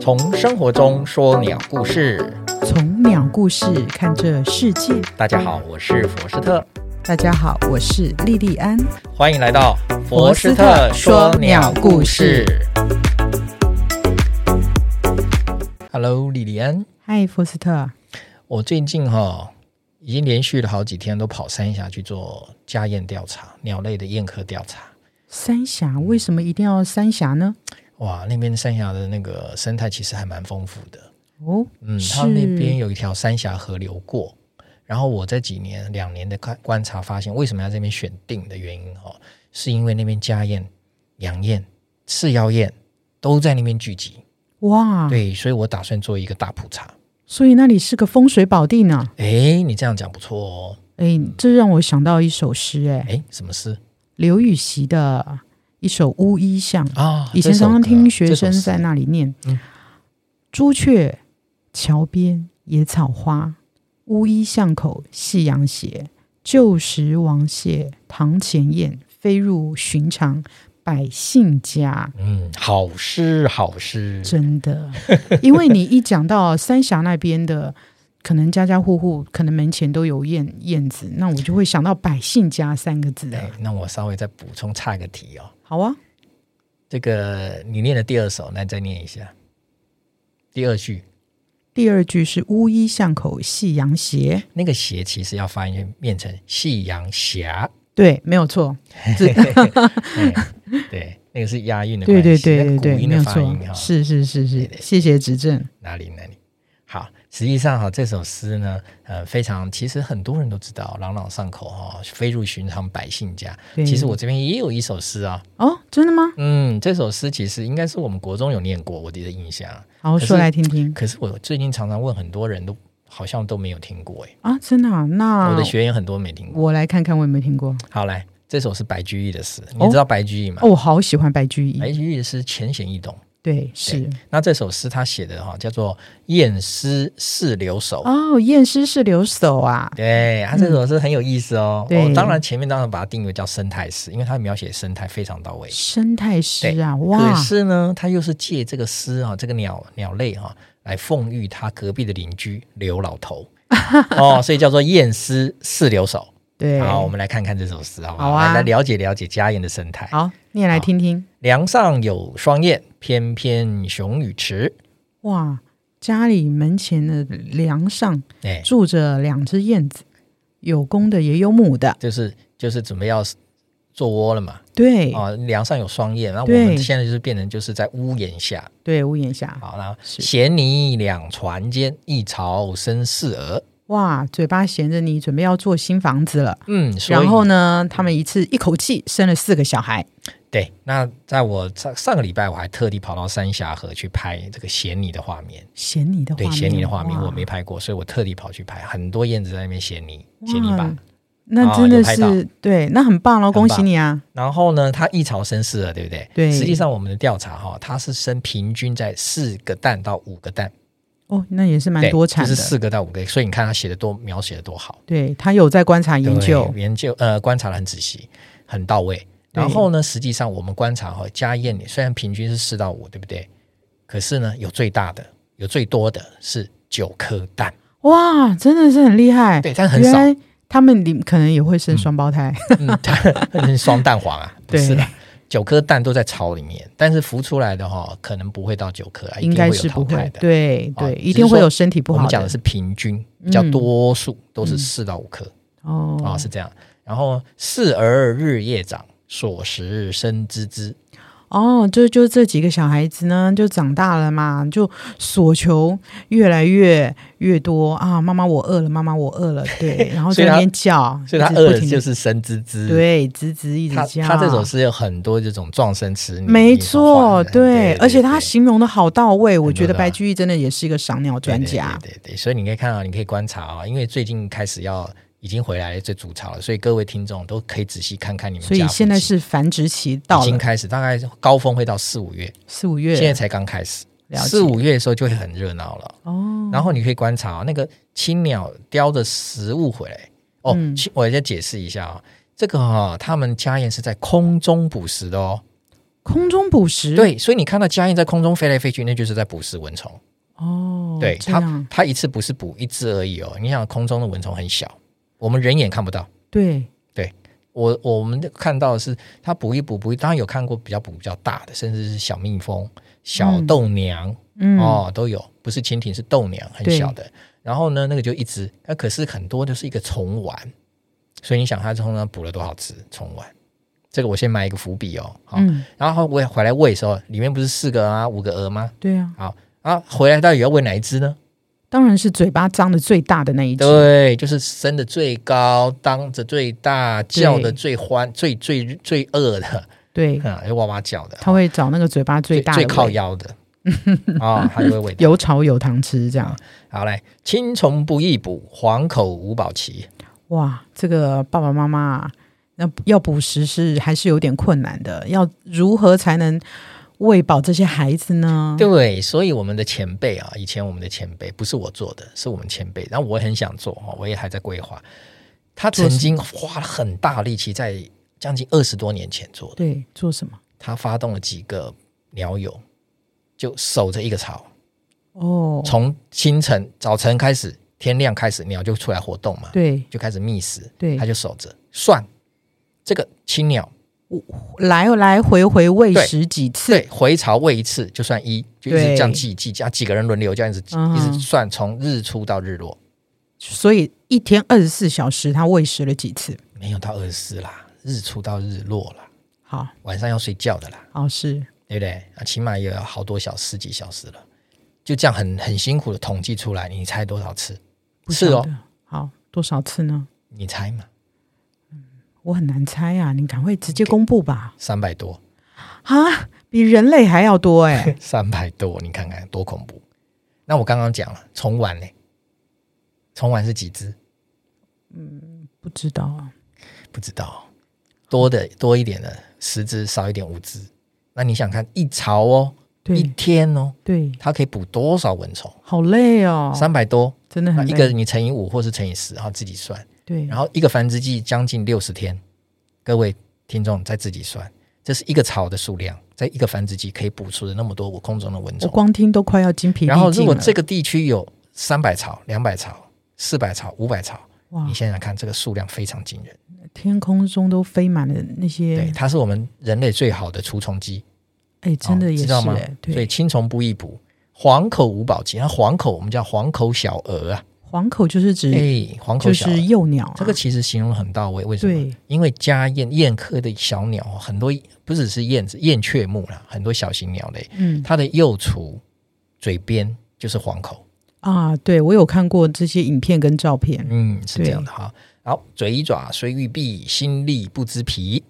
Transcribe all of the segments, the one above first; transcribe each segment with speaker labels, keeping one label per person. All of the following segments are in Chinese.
Speaker 1: 从生活中说鸟故事。
Speaker 2: 从鸟故事看这世界。
Speaker 1: 大家好，我是佛斯特，
Speaker 2: 大家好，我是莉莉安。
Speaker 1: 欢迎来到
Speaker 2: 佛斯特说鸟故事。
Speaker 1: Hello，李李安，
Speaker 2: 嗨，福斯特，
Speaker 1: 我最近哈、已经连续了好几天都跑三峡去做家燕调查，鸟类的燕科调查。
Speaker 2: 三峡为什么一定要三峡呢？
Speaker 1: 哇，那边三峡的那个生态其实还蛮丰富的。
Speaker 2: 哦，
Speaker 1: 嗯，
Speaker 2: 是
Speaker 1: 它那边有一条三峡河流过。然后我这几年两年的观观察发现，为什么要这边选定的原因哦，是因为那边家燕、洋燕、赤腰燕都在那边聚集。
Speaker 2: 哇，
Speaker 1: 对，所以我打算做一个大普查。
Speaker 2: 所以那里是个风水宝地呢。
Speaker 1: 哎，你这样讲不错哦。
Speaker 2: 哎，这让我想到一首诗，哎，
Speaker 1: 哎，什么诗
Speaker 2: 刘禹锡的一首《乌衣巷》，
Speaker 1: 啊？
Speaker 2: 以前
Speaker 1: 这首
Speaker 2: 常常
Speaker 1: 歌
Speaker 2: 听学
Speaker 1: 这首
Speaker 2: 生
Speaker 1: 诗
Speaker 2: 在那里念
Speaker 1: 嗯。
Speaker 2: 朱雀桥边野草花，乌衣巷口夕阳斜。旧时王谢堂前燕，飞入寻常百姓家。
Speaker 1: 嗯，好诗，好诗。
Speaker 2: 真 的，因为你一讲到三峡那边的，可能家家户户可能门前都有燕燕子，那我就会想到百姓家三个字
Speaker 1: 哎
Speaker 2: 了。，
Speaker 1: 那我稍微再补充差个题哦。
Speaker 2: 好啊，
Speaker 1: 这个你念的第二首，那再念一下第二句。
Speaker 2: 第二句是乌衣巷口夕阳斜。
Speaker 1: 那个斜其实要发音变成夕阳 峡，
Speaker 2: 对，没有错，
Speaker 1: 哎对，那个是押韵的关
Speaker 2: 对
Speaker 1: 系，
Speaker 2: 对对对
Speaker 1: 那古
Speaker 2: 对，
Speaker 1: 音
Speaker 2: 没
Speaker 1: 的
Speaker 2: 有
Speaker 1: 发
Speaker 2: 错
Speaker 1: 音，哈，
Speaker 2: 是是是是
Speaker 1: 对，
Speaker 2: 谢谢指正。
Speaker 1: 哪里哪里。好，实际上哈，这首诗呢，呃，非常，其实很多人都知道，朗朗上口哈、飞入寻常百姓家。
Speaker 2: 对
Speaker 1: 其实我这边也有一首诗啊，
Speaker 2: 哦，真的吗？
Speaker 1: 嗯，这首诗其实应该是我们国中有念过，我的印象。
Speaker 2: 好，
Speaker 1: 可是
Speaker 2: 说来听听
Speaker 1: 可是我最近常常问很多人都好像都没有听过哎，
Speaker 2: 啊，真的啊，那
Speaker 1: 我的啊学员很多没听过。
Speaker 2: 我来看看我有没有听过。
Speaker 1: 好，来，这首是白居易的诗，
Speaker 2: 哦
Speaker 1: 你知道白居易吗？
Speaker 2: 哦，我好喜欢白居易
Speaker 1: 白，居易的诗浅显易懂。
Speaker 2: 对，是
Speaker 1: 那这首诗他写的哈、叫做《燕诗四留守》。
Speaker 2: 哦，验尸是留守啊，
Speaker 1: 对，他这首诗很有意思哦。
Speaker 2: 嗯对
Speaker 1: 哦当然前面当然把它定为叫生态诗，因为它描写生态非常到位。
Speaker 2: 生态师啊，
Speaker 1: 可
Speaker 2: 哇，
Speaker 1: 是呢，他又是借这个诗啊，这个鸟鸟类哈、来奉喻他隔壁的邻居刘老头 哦，所以叫做《燕诗四留守》。
Speaker 2: 对，
Speaker 1: 好，我们来看看这首诗，好不好？
Speaker 2: 好啊
Speaker 1: 来来了解了解家燕的生态。
Speaker 2: 好，念来听听。
Speaker 1: 梁上有双燕，翩翩雄与雌。
Speaker 2: 哇，家里门前的梁上
Speaker 1: 哎，
Speaker 2: 住着两只燕子，有公的也有母的，
Speaker 1: 就是就是准备要做窝了嘛。
Speaker 2: 对
Speaker 1: 啊，梁上有双燕，那我
Speaker 2: 对
Speaker 1: 们现在就是变成就是在屋檐下，
Speaker 2: 对，屋檐下，
Speaker 1: 好，然后
Speaker 2: 是
Speaker 1: 衔泥两船间，一巢生四儿。
Speaker 2: 哇，嘴巴闲着你，准备要做新房子了。
Speaker 1: 嗯，所以
Speaker 2: 然后呢，他们一次一口气生了四个小孩，
Speaker 1: 对，那在我上上个礼拜，我还特地跑到三峡河去拍这个衔泥的画面。
Speaker 2: 嫌你的画
Speaker 1: 对，
Speaker 2: 面，
Speaker 1: 衔泥的画面
Speaker 2: 哇
Speaker 1: 我没拍过，所以我特地跑去拍，很多燕子在那边衔泥，衔泥巴
Speaker 2: 哇。那真的
Speaker 1: 啊有拍
Speaker 2: 是、
Speaker 1: 到
Speaker 2: 对，那很棒喽，
Speaker 1: 很棒
Speaker 2: 恭喜你啊！
Speaker 1: 然后呢，它一巢生四儿，对不对？
Speaker 2: 对
Speaker 1: 实际上我们的调查哈、它是生平均在四个蛋到五个蛋，
Speaker 2: 哦，那也是蛮
Speaker 1: 对
Speaker 2: 多产的，
Speaker 1: 就是四个到五个。所以你看它写的多描写的多好。
Speaker 2: 对他有在观察研
Speaker 1: 对
Speaker 2: 究，
Speaker 1: 研究呃观察的很仔细，很到位。
Speaker 2: 对
Speaker 1: 然后呢，实际上我们观察哈，家燕虽然平均是四到五，对不对？可是呢，有最大的，有最多的是九颗蛋，
Speaker 2: 哇，真的是很厉害。
Speaker 1: 对，但很
Speaker 2: 原
Speaker 1: 少，
Speaker 2: 来他们里可能也会生双胞胎，
Speaker 1: 嗯， 它双蛋黄啊，不
Speaker 2: 对
Speaker 1: 是的，九颗蛋都在巢里面，但是孵出来的哈，可能不会到九颗啊，
Speaker 2: 应该是
Speaker 1: 一定会
Speaker 2: 不
Speaker 1: 有淘汰
Speaker 2: 会，
Speaker 1: 的。
Speaker 2: 对
Speaker 1: 哦
Speaker 2: 对，
Speaker 1: 只
Speaker 2: 一
Speaker 1: 是
Speaker 2: 定会
Speaker 1: 说
Speaker 2: 有身体不
Speaker 1: 我
Speaker 2: 好
Speaker 1: 们讲的是平均，比较
Speaker 2: 嗯
Speaker 1: 多数都是
Speaker 2: 嗯
Speaker 1: 四到五颗
Speaker 2: 哦
Speaker 1: 啊，是这样。然后四儿日夜长，所食生滋滋。
Speaker 2: 哦，就就这几个小孩子呢，就长大了嘛，就所求越来越越多啊！妈妈，我饿了，妈妈，我饿了， 对，然后
Speaker 1: 所
Speaker 2: 在
Speaker 1: 以
Speaker 2: 那
Speaker 1: 他
Speaker 2: 边叫，
Speaker 1: 所以他
Speaker 2: 一直
Speaker 1: 饿
Speaker 2: 不
Speaker 1: 了
Speaker 2: 停地
Speaker 1: 就是生滋滋。，
Speaker 2: 对，直直一直
Speaker 1: 他
Speaker 2: 叫。
Speaker 1: 他这首诗有很多这种撞声词女，
Speaker 2: 没
Speaker 1: 你
Speaker 2: 错，
Speaker 1: 很欢
Speaker 2: 对，
Speaker 1: 的
Speaker 2: 而且他形容的好到位，我
Speaker 1: 很
Speaker 2: 觉
Speaker 1: 多
Speaker 2: 得
Speaker 1: 的
Speaker 2: 白
Speaker 1: 啊
Speaker 2: 居易真的也是一个赏鸟专家。
Speaker 1: 对对对对对所以你可以看到，你可以观察啊、因为最近开始要已经回来这筑巢了，所以各位听众都可以仔细看看你们家
Speaker 2: 所
Speaker 1: 附近。
Speaker 2: 以现在是繁殖期到
Speaker 1: 已经
Speaker 2: 了，
Speaker 1: 开始，大概高峰会到四五月，
Speaker 2: 四五
Speaker 1: 现在
Speaker 2: 月
Speaker 1: 才刚开始。
Speaker 2: 了解
Speaker 1: 四五月的时候就会很热闹了。
Speaker 2: 哦，
Speaker 1: 然后你可以观察、啊那个青鸟叼着食物回来。哦，
Speaker 2: 嗯
Speaker 1: 其我再解释一下啊、这个哈、他们家燕是在空中捕食的哦。
Speaker 2: 空中捕食，，
Speaker 1: 对，所以你看到家燕在空中飞来飞去，那就是在捕食蚊虫。
Speaker 2: 哦，
Speaker 1: 对
Speaker 2: 这样，
Speaker 1: 它一次不是捕一只而已哦，你想空中的蚊虫很小，我们人眼看不到。
Speaker 2: 对，
Speaker 1: 我我们看到的是它捕一捕捕一，当然有看过比较捕比较大的，甚至是小蜜蜂、小
Speaker 2: 嗯
Speaker 1: 豆娘、
Speaker 2: 嗯，
Speaker 1: 哦都有，不是蜻蜓是豆娘，很
Speaker 2: 对
Speaker 1: 小的。然后呢，那个就一只，那可是很多就是一个虫丸，所以你想它通常捕了多少只虫丸？这个我先埋一个伏笔哦。好、
Speaker 2: 嗯，
Speaker 1: 然后我也回来喂的时候，里面不是四个啊五个鹅吗？
Speaker 2: 对啊，
Speaker 1: 啊，回来到底要喂哪一只呢？
Speaker 2: 当然是嘴巴张的最大的那一只，
Speaker 1: 对，就是升的最高，当着最大，叫
Speaker 2: 对
Speaker 1: 的最欢，最最最饿的，
Speaker 2: 对，
Speaker 1: 啊，就哇哇叫的，
Speaker 2: 它会找那个嘴巴最大的
Speaker 1: 最靠
Speaker 2: 尾
Speaker 1: 腰 的，啊、它就会喂它。
Speaker 2: 有草有糖吃这样。
Speaker 1: 好来，青虫不易捕，黄口无保齐。
Speaker 2: 哇，这个爸爸妈妈啊那要捕食是还是有点困难的，要如何才能喂饱这些孩子呢？
Speaker 1: 对，所以我们的前辈啊，以前我们的前辈不是我做的，是我们前辈，然后我也很想做哦，我也还在规划。他
Speaker 2: 做
Speaker 1: 曾
Speaker 2: 什
Speaker 1: 经花了很大力气，在将近二十多年前做的，
Speaker 2: 对，做什么？
Speaker 1: 他发动了几个鸟友，就守着一个巢。
Speaker 2: 哦，
Speaker 1: 从清晨早晨开始，天亮开始，鸟就出来活动嘛，
Speaker 2: 对
Speaker 1: 就开始觅食，
Speaker 2: 对
Speaker 1: 它，就守着算这个青鸟，
Speaker 2: 来来回回喂
Speaker 1: 对
Speaker 2: 食几次，
Speaker 1: 对，回巢喂一次就算一，就一直
Speaker 2: 对
Speaker 1: 这样记记记，啊几个人轮流这样一直记
Speaker 2: 嗯
Speaker 1: 一直算，从日出到日落，
Speaker 2: 所以一天二十四小时，它喂食了几次？
Speaker 1: 没有到二十四啦，日出到日落啦，
Speaker 2: 好，
Speaker 1: 晚上要睡觉的啦，
Speaker 2: 好是，
Speaker 1: 对不对？啊，起码也有好多小时十几小时了，就这样很很辛苦的统计出来，你猜多少次？
Speaker 2: 不
Speaker 1: 是
Speaker 2: 晓
Speaker 1: 哦，
Speaker 2: 得，好多少次呢？
Speaker 1: 你猜嘛，
Speaker 2: 我很难猜啊，你赶快直接公布吧！
Speaker 1: 三百多，
Speaker 2: 啊，比人类还要多哎、
Speaker 1: 三百多，你看看多恐怖。那我刚刚讲了，虫丸呢？虫丸是几只？
Speaker 2: 不知道啊，
Speaker 1: 不知道，多的多一点的十只，少一点五只。那你想看一巢哦，一
Speaker 2: 对
Speaker 1: 天哦，
Speaker 2: 对，
Speaker 1: 它可以捕多少蚊虫？
Speaker 2: 好累哦，嗯
Speaker 1: 三百多，
Speaker 2: 真的
Speaker 1: 那
Speaker 2: 很
Speaker 1: 一
Speaker 2: 累
Speaker 1: 个你乘以五或是乘以十，然后自己算。
Speaker 2: 对
Speaker 1: 然后一个繁殖季将近六十天，各位听众再自己算，这是一个巢的数量，在一个繁殖季可以捕出的那么多我空中的蚊
Speaker 2: 我
Speaker 1: 虫。
Speaker 2: 光听都快要精疲力尽了。
Speaker 1: 然后如果这个地区有三百巢、两百巢、四百巢、五百巢，
Speaker 2: 哇
Speaker 1: 你，想想看，这个数量非常惊人。
Speaker 2: 天空中都飞满了那
Speaker 1: 对，
Speaker 2: 些，
Speaker 1: 它是我们人类最好的除虫剂。
Speaker 2: 哎，真的
Speaker 1: 哦
Speaker 2: 也
Speaker 1: 知
Speaker 2: 是
Speaker 1: 道吗
Speaker 2: 哎，
Speaker 1: 所以
Speaker 2: 对，
Speaker 1: 青虫不易捕，黄口无保级。那黄口我们叫黄口小鹅啊，
Speaker 2: 黄口就是指
Speaker 1: 哎，黄口
Speaker 2: 就
Speaker 1: 小鹅、
Speaker 2: 是幼鸟啊，
Speaker 1: 这个其实形容得很到位。为什么？
Speaker 2: 对
Speaker 1: 因为家燕燕科的小鸟哦很多，不只是燕子，燕雀目啦，很多小型鸟类，
Speaker 2: 嗯
Speaker 1: 它的幼雏嘴边就是黄口，
Speaker 2: 啊，对我有看过这些影片跟照片，
Speaker 1: 嗯，是这样的哈。好，嘴爪虽欲闭，心力不知疲。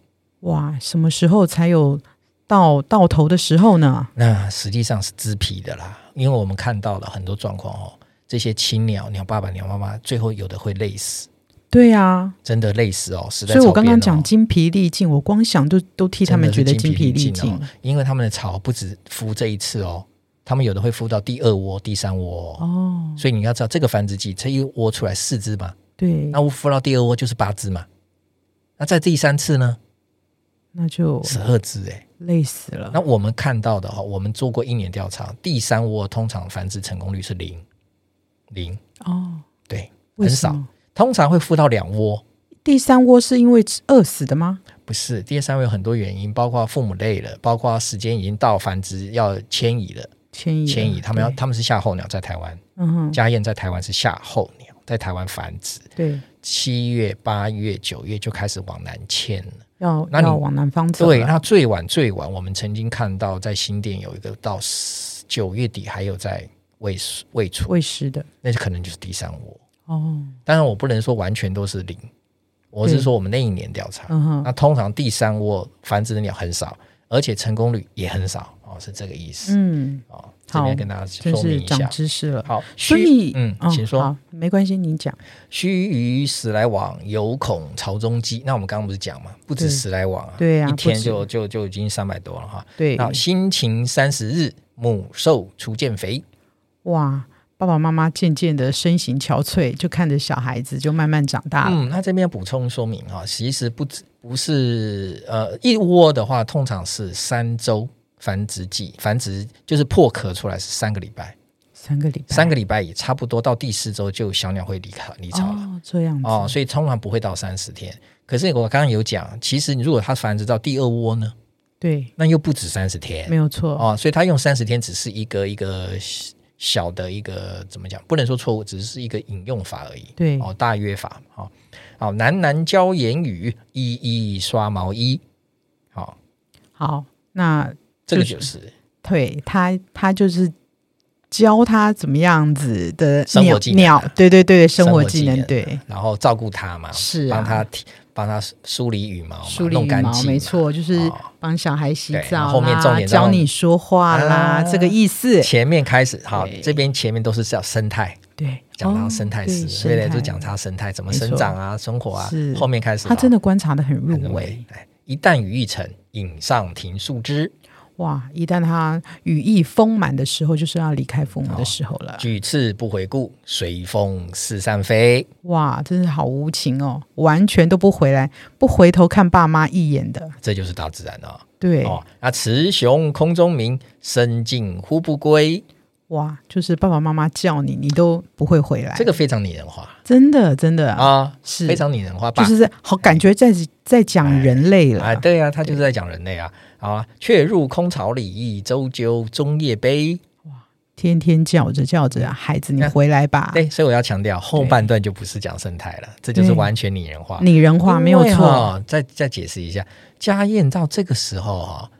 Speaker 2: 哇，什么时候才有到到头的时候呢？
Speaker 1: 那实际上是知疲的啦，因为我们看到了很多状况哦，这些青鸟、鸟爸爸、鸟妈妈，最后有的会累死，
Speaker 2: 对啊，
Speaker 1: 真的累死哦，死在
Speaker 2: 所以我
Speaker 1: 草
Speaker 2: 刚
Speaker 1: 边
Speaker 2: 刚
Speaker 1: 哦
Speaker 2: 讲精疲力尽，我光想都都替他们觉
Speaker 1: 真的
Speaker 2: 得
Speaker 1: 是
Speaker 2: 精疲力
Speaker 1: 尽哦，因为他们的巢不止孵这一次哦，他们有的会孵到第二窝、第三窝、哦。
Speaker 2: 哦，
Speaker 1: 所以你要知道，这个繁殖季这一窝出来四只嘛，
Speaker 2: 对，
Speaker 1: 那孵到第二窝就是八只嘛，那在第三次呢，
Speaker 2: 那就
Speaker 1: 十二只哎。
Speaker 2: 累死了
Speaker 1: 那。我们看到的哈、哦，我们做过一年调查，第三窝通常繁殖成功率是零，零
Speaker 2: 哦，
Speaker 1: 对，
Speaker 2: 为
Speaker 1: 很
Speaker 2: 什
Speaker 1: 少
Speaker 2: 么。
Speaker 1: 通常会孵到两窝，
Speaker 2: 第三窝是因为饿死的吗？
Speaker 1: 不是第三窝有很多原因，包括父母累了，包括时间已经到繁殖要迁移了，
Speaker 2: 迁移了，
Speaker 1: 迁移他们要
Speaker 2: 对
Speaker 1: 他们是夏候鸟，在台湾，
Speaker 2: 嗯哼，
Speaker 1: 家燕在台湾是夏候鸟，在台湾繁殖，
Speaker 2: 对，
Speaker 1: 七月、八月、九月就开始往南迁了。
Speaker 2: 要
Speaker 1: 那你
Speaker 2: 要往南方走了。
Speaker 1: 对，那最晚最晚，我们曾经看到在新店有一个到10九月底还有在未未出，
Speaker 2: 喂食的
Speaker 1: 那可能就是第三窝。
Speaker 2: 哦，
Speaker 1: 当然，我不能说完全都是零，我是
Speaker 2: 对
Speaker 1: 说我们那一年调查，
Speaker 2: 嗯哼，
Speaker 1: 那通常第三窝繁殖的鸟很少，而且成功率也很少哦，是这个意思、
Speaker 2: 嗯，
Speaker 1: 哦。这边跟大家
Speaker 2: 真
Speaker 1: 说
Speaker 2: 是
Speaker 1: 明一
Speaker 2: 长
Speaker 1: 下。
Speaker 2: 知识了。
Speaker 1: 好，
Speaker 2: 所
Speaker 1: 须
Speaker 2: 以，
Speaker 1: 嗯，请说。
Speaker 2: 好，没关系，你讲。
Speaker 1: 须臾时来往，犹恐朝中饥。那我们刚刚不是讲嘛，不止
Speaker 2: 对
Speaker 1: 时来往啊，
Speaker 2: 对啊
Speaker 1: 一天
Speaker 2: 不止
Speaker 1: 就就就已经三百多了哈。
Speaker 2: 对，
Speaker 1: 那辛勤三十日，母兽锄见肥。
Speaker 2: 哇，爸爸妈妈渐渐的身形憔悴，就看着小孩子就慢慢长大了。
Speaker 1: 嗯，那这边补充说明哈，其实不止不是呃一窝的话，通常是三周繁殖季，繁殖就是破壳出来是三个礼拜，
Speaker 2: 三个礼拜，
Speaker 1: 三个礼拜也差不多到第四周就小鸟会离开离巢了
Speaker 2: 哦，这样子
Speaker 1: 哦，所以通常不会到三十天。可是我刚刚有讲，其实你如果它繁殖到第二窝呢，
Speaker 2: 对，
Speaker 1: 那又不止三十天
Speaker 2: 没有错。
Speaker 1: 哦，所以它用三十天只是一个一个小小的一个怎么讲，不能说错误，只是一个引用法而已。
Speaker 2: 对，
Speaker 1: 哦，大约法，好、哦，好，南南椒盐语，一一刷毛衣，好、
Speaker 2: 好，那
Speaker 1: 这个
Speaker 2: 就
Speaker 1: 就是
Speaker 2: 对他，他就是教他怎么样子的
Speaker 1: 生活
Speaker 2: 鸟
Speaker 1: 技能啊
Speaker 2: 鸟，对对对，生
Speaker 1: 活
Speaker 2: 活
Speaker 1: 技
Speaker 2: 技能，
Speaker 1: 能啊
Speaker 2: 对，
Speaker 1: 然后照顾它嘛，
Speaker 2: 是
Speaker 1: 帮它
Speaker 2: 啊，
Speaker 1: 剃帮它梳理羽毛嘛，
Speaker 2: 梳理
Speaker 1: 哦弄
Speaker 2: 羽
Speaker 1: 干
Speaker 2: 毛，
Speaker 1: 净，
Speaker 2: 没，错，就是
Speaker 1: 哦
Speaker 2: 帮小孩洗
Speaker 1: 对然后后
Speaker 2: 澡
Speaker 1: 面重
Speaker 2: 啦，
Speaker 1: 点
Speaker 2: 教
Speaker 1: 让
Speaker 2: 你说话啦，
Speaker 1: 啊
Speaker 2: 这个意思，
Speaker 1: 前面开始好
Speaker 2: 对，
Speaker 1: 这边前面都是叫生态，
Speaker 2: 对，
Speaker 1: 讲
Speaker 2: 哦
Speaker 1: 到生态史，对
Speaker 2: 对
Speaker 1: 不对？
Speaker 2: 生态
Speaker 1: 就讲它生态怎么
Speaker 2: 没错
Speaker 1: 生长啊，生活啊
Speaker 2: 是，
Speaker 1: 后面开始
Speaker 2: 他真
Speaker 1: 的
Speaker 2: 的观察的很入微，，
Speaker 1: 哎一旦羽翼成，引上庭树枝，
Speaker 2: 哇！一旦他羽翼丰满的时候，就是要离开父母的
Speaker 1: 哦
Speaker 2: 时候了。
Speaker 1: 举翅不回顾，随风四散飞。
Speaker 2: 哇，真是好无情哦，完全都不回来，不回头看爸妈一眼的。
Speaker 1: 这就是大自然啊、
Speaker 2: 对，
Speaker 1: 哦，那雌雄空中鸣，深尽呼不归，
Speaker 2: 哇，就是爸爸妈妈叫你，你都不会回来。
Speaker 1: 这个非常拟人化
Speaker 2: 真的真的哎啊，
Speaker 1: 啊，
Speaker 2: 是
Speaker 1: 非常拟人化
Speaker 2: 就
Speaker 1: 吧？
Speaker 2: 是在好感觉在在讲人类了。
Speaker 1: 啊，对啊，他就是在讲人类啊啊，却入空巢里，周究中夜悲。
Speaker 2: 天天叫着叫着，孩子你
Speaker 1: 那
Speaker 2: 回来吧，
Speaker 1: 对，所以我要强调，后半段就不是讲生态了，这就是
Speaker 2: 对
Speaker 1: 完全拟人化。
Speaker 2: 拟人化没有
Speaker 1: 因为
Speaker 2: 错。
Speaker 1: 哈。再再解释一下，家燕到这个时候哈、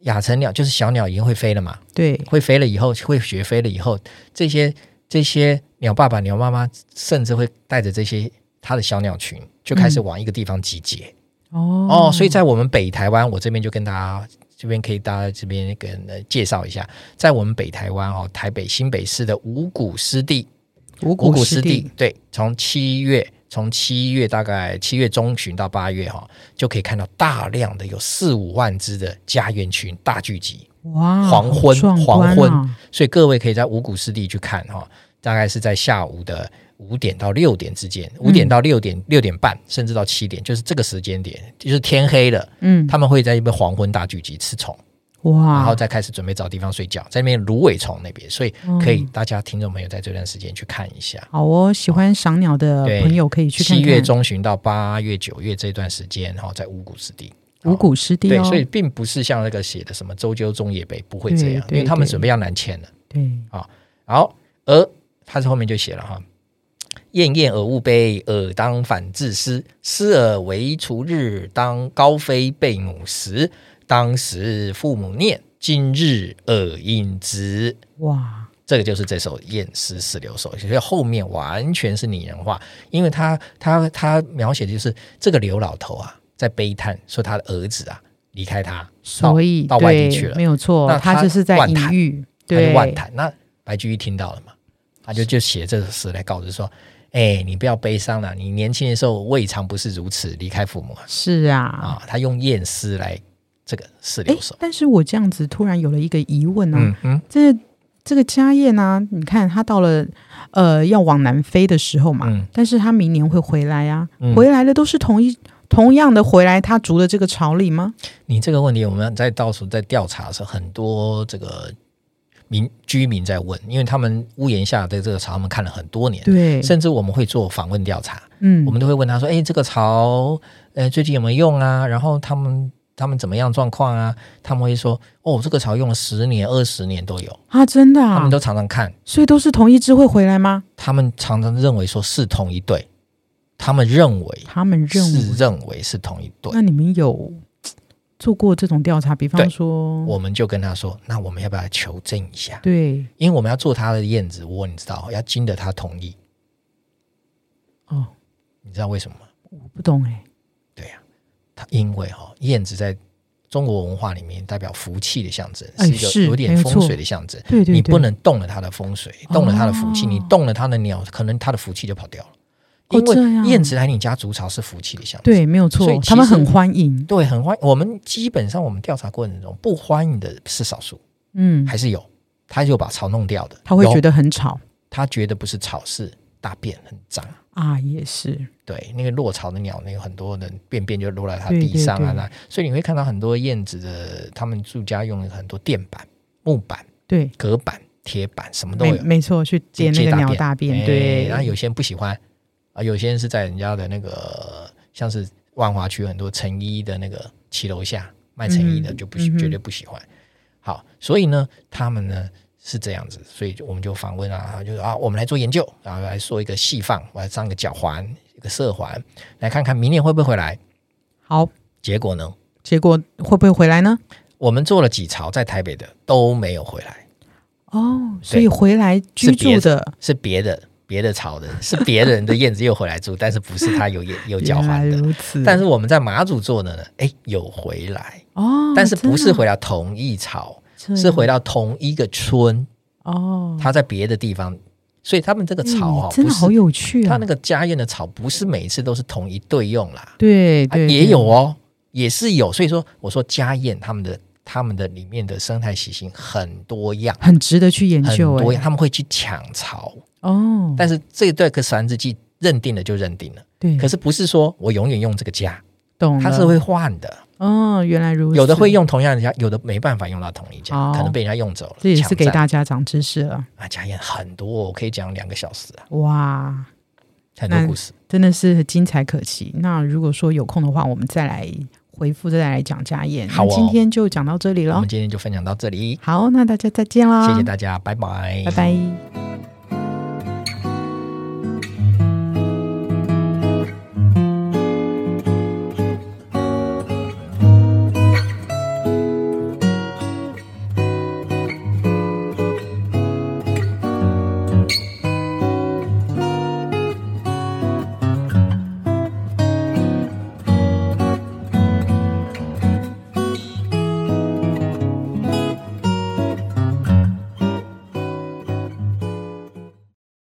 Speaker 1: 亚成鸟就是小鸟已经会飞了嘛，
Speaker 2: 对，
Speaker 1: 会飞了以后，会学飞了以后，这些这些鸟爸爸、鸟妈妈，甚至会带着这些他的小鸟群，就开始往一个地方集结。嗯
Speaker 2: 哦
Speaker 1: 哦，所以在我们北台湾，我这边就跟大家。这边可以，大家这边跟呃介绍一下，在我们北台湾哦，台北新北市的五股湿地，
Speaker 2: 五
Speaker 1: 五
Speaker 2: 谷
Speaker 1: 股
Speaker 2: 湿
Speaker 1: 湿地
Speaker 2: 地，，
Speaker 1: 对，从七月从七月大概七月中旬到八月哈、哦，就可以看到大量的有四五万只的家园群大聚集，
Speaker 2: 哇，
Speaker 1: 黄昏
Speaker 2: 好壮观啊
Speaker 1: 黄昏所以各位可以在五谷湿地去看哈、大概是在下午的五点到六点之间，五点到六
Speaker 2: 嗯
Speaker 1: 点六点半，甚至到七点，就是这个时间点，就是天黑了，
Speaker 2: 嗯，
Speaker 1: 他们会在一边黄昏大聚集吃虫，然后
Speaker 2: 哇，
Speaker 1: 再开始准备找地方睡觉，在那边芦苇丛那边，所以可
Speaker 2: 嗯
Speaker 1: 以大家听众朋友在这段时间去看一下。
Speaker 2: 好哦，喜欢赏鸟的
Speaker 1: 对
Speaker 2: 朋友可以去看
Speaker 1: 七月
Speaker 2: 看
Speaker 1: 中旬到八月、九月这段时间，然后在五谷湿地，
Speaker 2: 五谷湿地
Speaker 1: 对
Speaker 2: 哦，，
Speaker 1: 所以并不是像那个写的什么周究中野北不会这样
Speaker 2: 对，对
Speaker 1: 因为他们
Speaker 2: 对
Speaker 1: 准备要南迁了。
Speaker 2: 对，
Speaker 1: 好，而他是后面就写了哈，燕燕而勿悲，尔当反自思，思尔为刍日，当高飞被母时，当时父母念，今日尔应之。
Speaker 2: 哇，
Speaker 1: 这个就是这首《燕诗四六首》，所以后面完全是拟人化，因为他他他描写的就是这个刘老头啊，在悲叹说他的儿子啊离开他，
Speaker 2: 所以
Speaker 1: 到
Speaker 2: 对，
Speaker 1: 外地去了
Speaker 2: 没有错，
Speaker 1: 那他
Speaker 2: 他就是在
Speaker 1: 万
Speaker 2: 隐
Speaker 1: 谈
Speaker 2: 喻，
Speaker 1: 他就
Speaker 2: 对，
Speaker 1: 万谈。那白居易听到了嘛，他就就写这首诗来告知说：“哎，你不要悲伤了，你年轻的时候未尝不是如此，离开父母啊。
Speaker 2: 是啊，
Speaker 1: 啊”他用燕诗来这个四
Speaker 2: 哎
Speaker 1: 六首，，
Speaker 2: 但是我这样子突然有了一个疑问啊，
Speaker 1: 嗯嗯，
Speaker 2: 这这个家宴呢、你看他到了呃要往南飞的时候嘛，
Speaker 1: 嗯
Speaker 2: 但是他明年会回来啊，
Speaker 1: 嗯
Speaker 2: 回来的都是同一同样的回来，他筑的这个巢里吗？
Speaker 1: 你这个问题我们在到处在调查的时候，很多这个民居民在问，因为他们屋檐下的这个巢，他们看了很多年，
Speaker 2: 对，
Speaker 1: 甚至我们会做访问调查，
Speaker 2: 嗯，
Speaker 1: 我们都会问他说：“哎，这个巢，呃，最近有没有用啊？然后他们他们怎么样状况啊？”他们会说：“哦，这个巢用了十年、二十年都有，
Speaker 2: 啊，真的
Speaker 1: 他
Speaker 2: 啊
Speaker 1: 们，都常常看，
Speaker 2: 所以都是同一只会回来吗？
Speaker 1: 他们常常认为说是同一对，他们认为
Speaker 2: 他们认
Speaker 1: 是
Speaker 2: 为，嗯
Speaker 1: 认为是同一对。
Speaker 2: 那你们有嘖做过这种调查？比方
Speaker 1: 对
Speaker 2: 说，
Speaker 1: 我们就跟他说：“那我们要不要来求证一下？
Speaker 2: 对，
Speaker 1: 因为我们要做他的燕子窝，你知道，要经得他同意。
Speaker 2: 哦，
Speaker 1: 你知道为什么吗？
Speaker 2: 我不懂哎、
Speaker 1: 他因为哈、燕子在中国文化里面代表福气的象征，
Speaker 2: 哎
Speaker 1: 是一个
Speaker 2: 是
Speaker 1: 有点
Speaker 2: 没
Speaker 1: 风
Speaker 2: 错
Speaker 1: 水的象征。
Speaker 2: 对对对，
Speaker 1: 你不能动了它的风水，动了它的福气，
Speaker 2: 哦
Speaker 1: 你动了它的鸟，可能它的福气就跑掉了。
Speaker 2: 哦
Speaker 1: 因
Speaker 2: 这样
Speaker 1: 为燕子来你家筑巢是福气的象征，
Speaker 2: 对，没有
Speaker 1: 所
Speaker 2: 错
Speaker 1: 以，其
Speaker 2: 他们
Speaker 1: 实
Speaker 2: 很欢迎，
Speaker 1: 对，很欢。我们基本上我们调查过程中不欢迎的是少数，
Speaker 2: 嗯，
Speaker 1: 还是有，他就把巢弄掉的，
Speaker 2: 他会
Speaker 1: 有
Speaker 2: 觉得很吵，
Speaker 1: 他觉得不是草是大便很脏。
Speaker 2: 啊，也是，
Speaker 1: 对，那个落草的鸟，那有很多人便便就落在它
Speaker 2: 对
Speaker 1: 地
Speaker 2: 对
Speaker 1: 上啊，
Speaker 2: 对
Speaker 1: 那所以你会看到很多燕子的，他们住家用了很多垫板、木板、
Speaker 2: 对，
Speaker 1: 隔板、铁板，什么都
Speaker 2: 没
Speaker 1: 有。
Speaker 2: 没错，去
Speaker 1: 接
Speaker 2: 点那个鸟
Speaker 1: 大
Speaker 2: 大便，
Speaker 1: 哎
Speaker 2: 对，
Speaker 1: 然后有些人不喜欢啊，有些人是在人家的那个，像是万华区很多成衣的那个骑楼下卖成衣的
Speaker 2: 嗯
Speaker 1: 就不喜、
Speaker 2: 嗯哼
Speaker 1: 绝对不喜欢。好，所以呢，他们呢是这样子，所以就我们就访问啊，就是啊，我们来做研究，然后来做一个细放，我来上个脚环，一个色环，来看看明年会不会回来。
Speaker 2: 好，
Speaker 1: 结果呢，
Speaker 2: 结果会不会回来呢？
Speaker 1: 我们做了几巢在台北的都没有回来，
Speaker 2: 哦，所以回来居住的
Speaker 1: 是别的别的巢的，是别人的燕子又回来住，但是不是它有燕有脚
Speaker 2: 原来
Speaker 1: 环的。
Speaker 2: 如此，
Speaker 1: 但是我们在马祖做的呢，哎，有回来，
Speaker 2: 哦，
Speaker 1: 但是不是
Speaker 2: 真的
Speaker 1: 回到同一巢，
Speaker 2: 这
Speaker 1: 是回到同一个村，
Speaker 2: 哦，
Speaker 1: 它在别的地方，所以他们这个巢
Speaker 2: 嗯
Speaker 1: 哦，
Speaker 2: 真
Speaker 1: 不
Speaker 2: 的
Speaker 1: 是
Speaker 2: 好有趣
Speaker 1: 它
Speaker 2: 啊
Speaker 1: 那，个家宴的巢，不是每一次都是同一对用啦，
Speaker 2: 对
Speaker 1: 啊
Speaker 2: 对，
Speaker 1: 也
Speaker 2: 对
Speaker 1: 有哦，也是有，所以说我说家宴他们的他们的里面的生态习性很多样。
Speaker 2: 很值得去研
Speaker 1: 很
Speaker 2: 究
Speaker 1: 多样，
Speaker 2: 哎，
Speaker 1: 他们会去抢巢，
Speaker 2: 哦，
Speaker 1: 但是这对个繁殖季认定了就认定了，
Speaker 2: 对，
Speaker 1: 可是不是说我永远用这个家，
Speaker 2: 懂了，
Speaker 1: 它是会换的。
Speaker 2: 哦，原来如此，
Speaker 1: 有的会用同样的家，有的没办法用到同一家，
Speaker 2: 哦
Speaker 1: 可能被人家用走了。
Speaker 2: 这也是给
Speaker 1: 抢占
Speaker 2: 大家长知识了。
Speaker 1: 啊，家宴很多，我可以讲两个小时啊，
Speaker 2: 哇，
Speaker 1: 很多
Speaker 2: 那
Speaker 1: 故事。
Speaker 2: 真的是精彩可期。那如果说有空的话，我们再来回复，再来讲家宴。
Speaker 1: 好哦嗯
Speaker 2: 那今天就讲到这里
Speaker 1: 我
Speaker 2: 了
Speaker 1: 们。今天就分享到这里，
Speaker 2: 好，那大家再见啦，
Speaker 1: 谢谢大家，拜拜，
Speaker 2: 拜拜。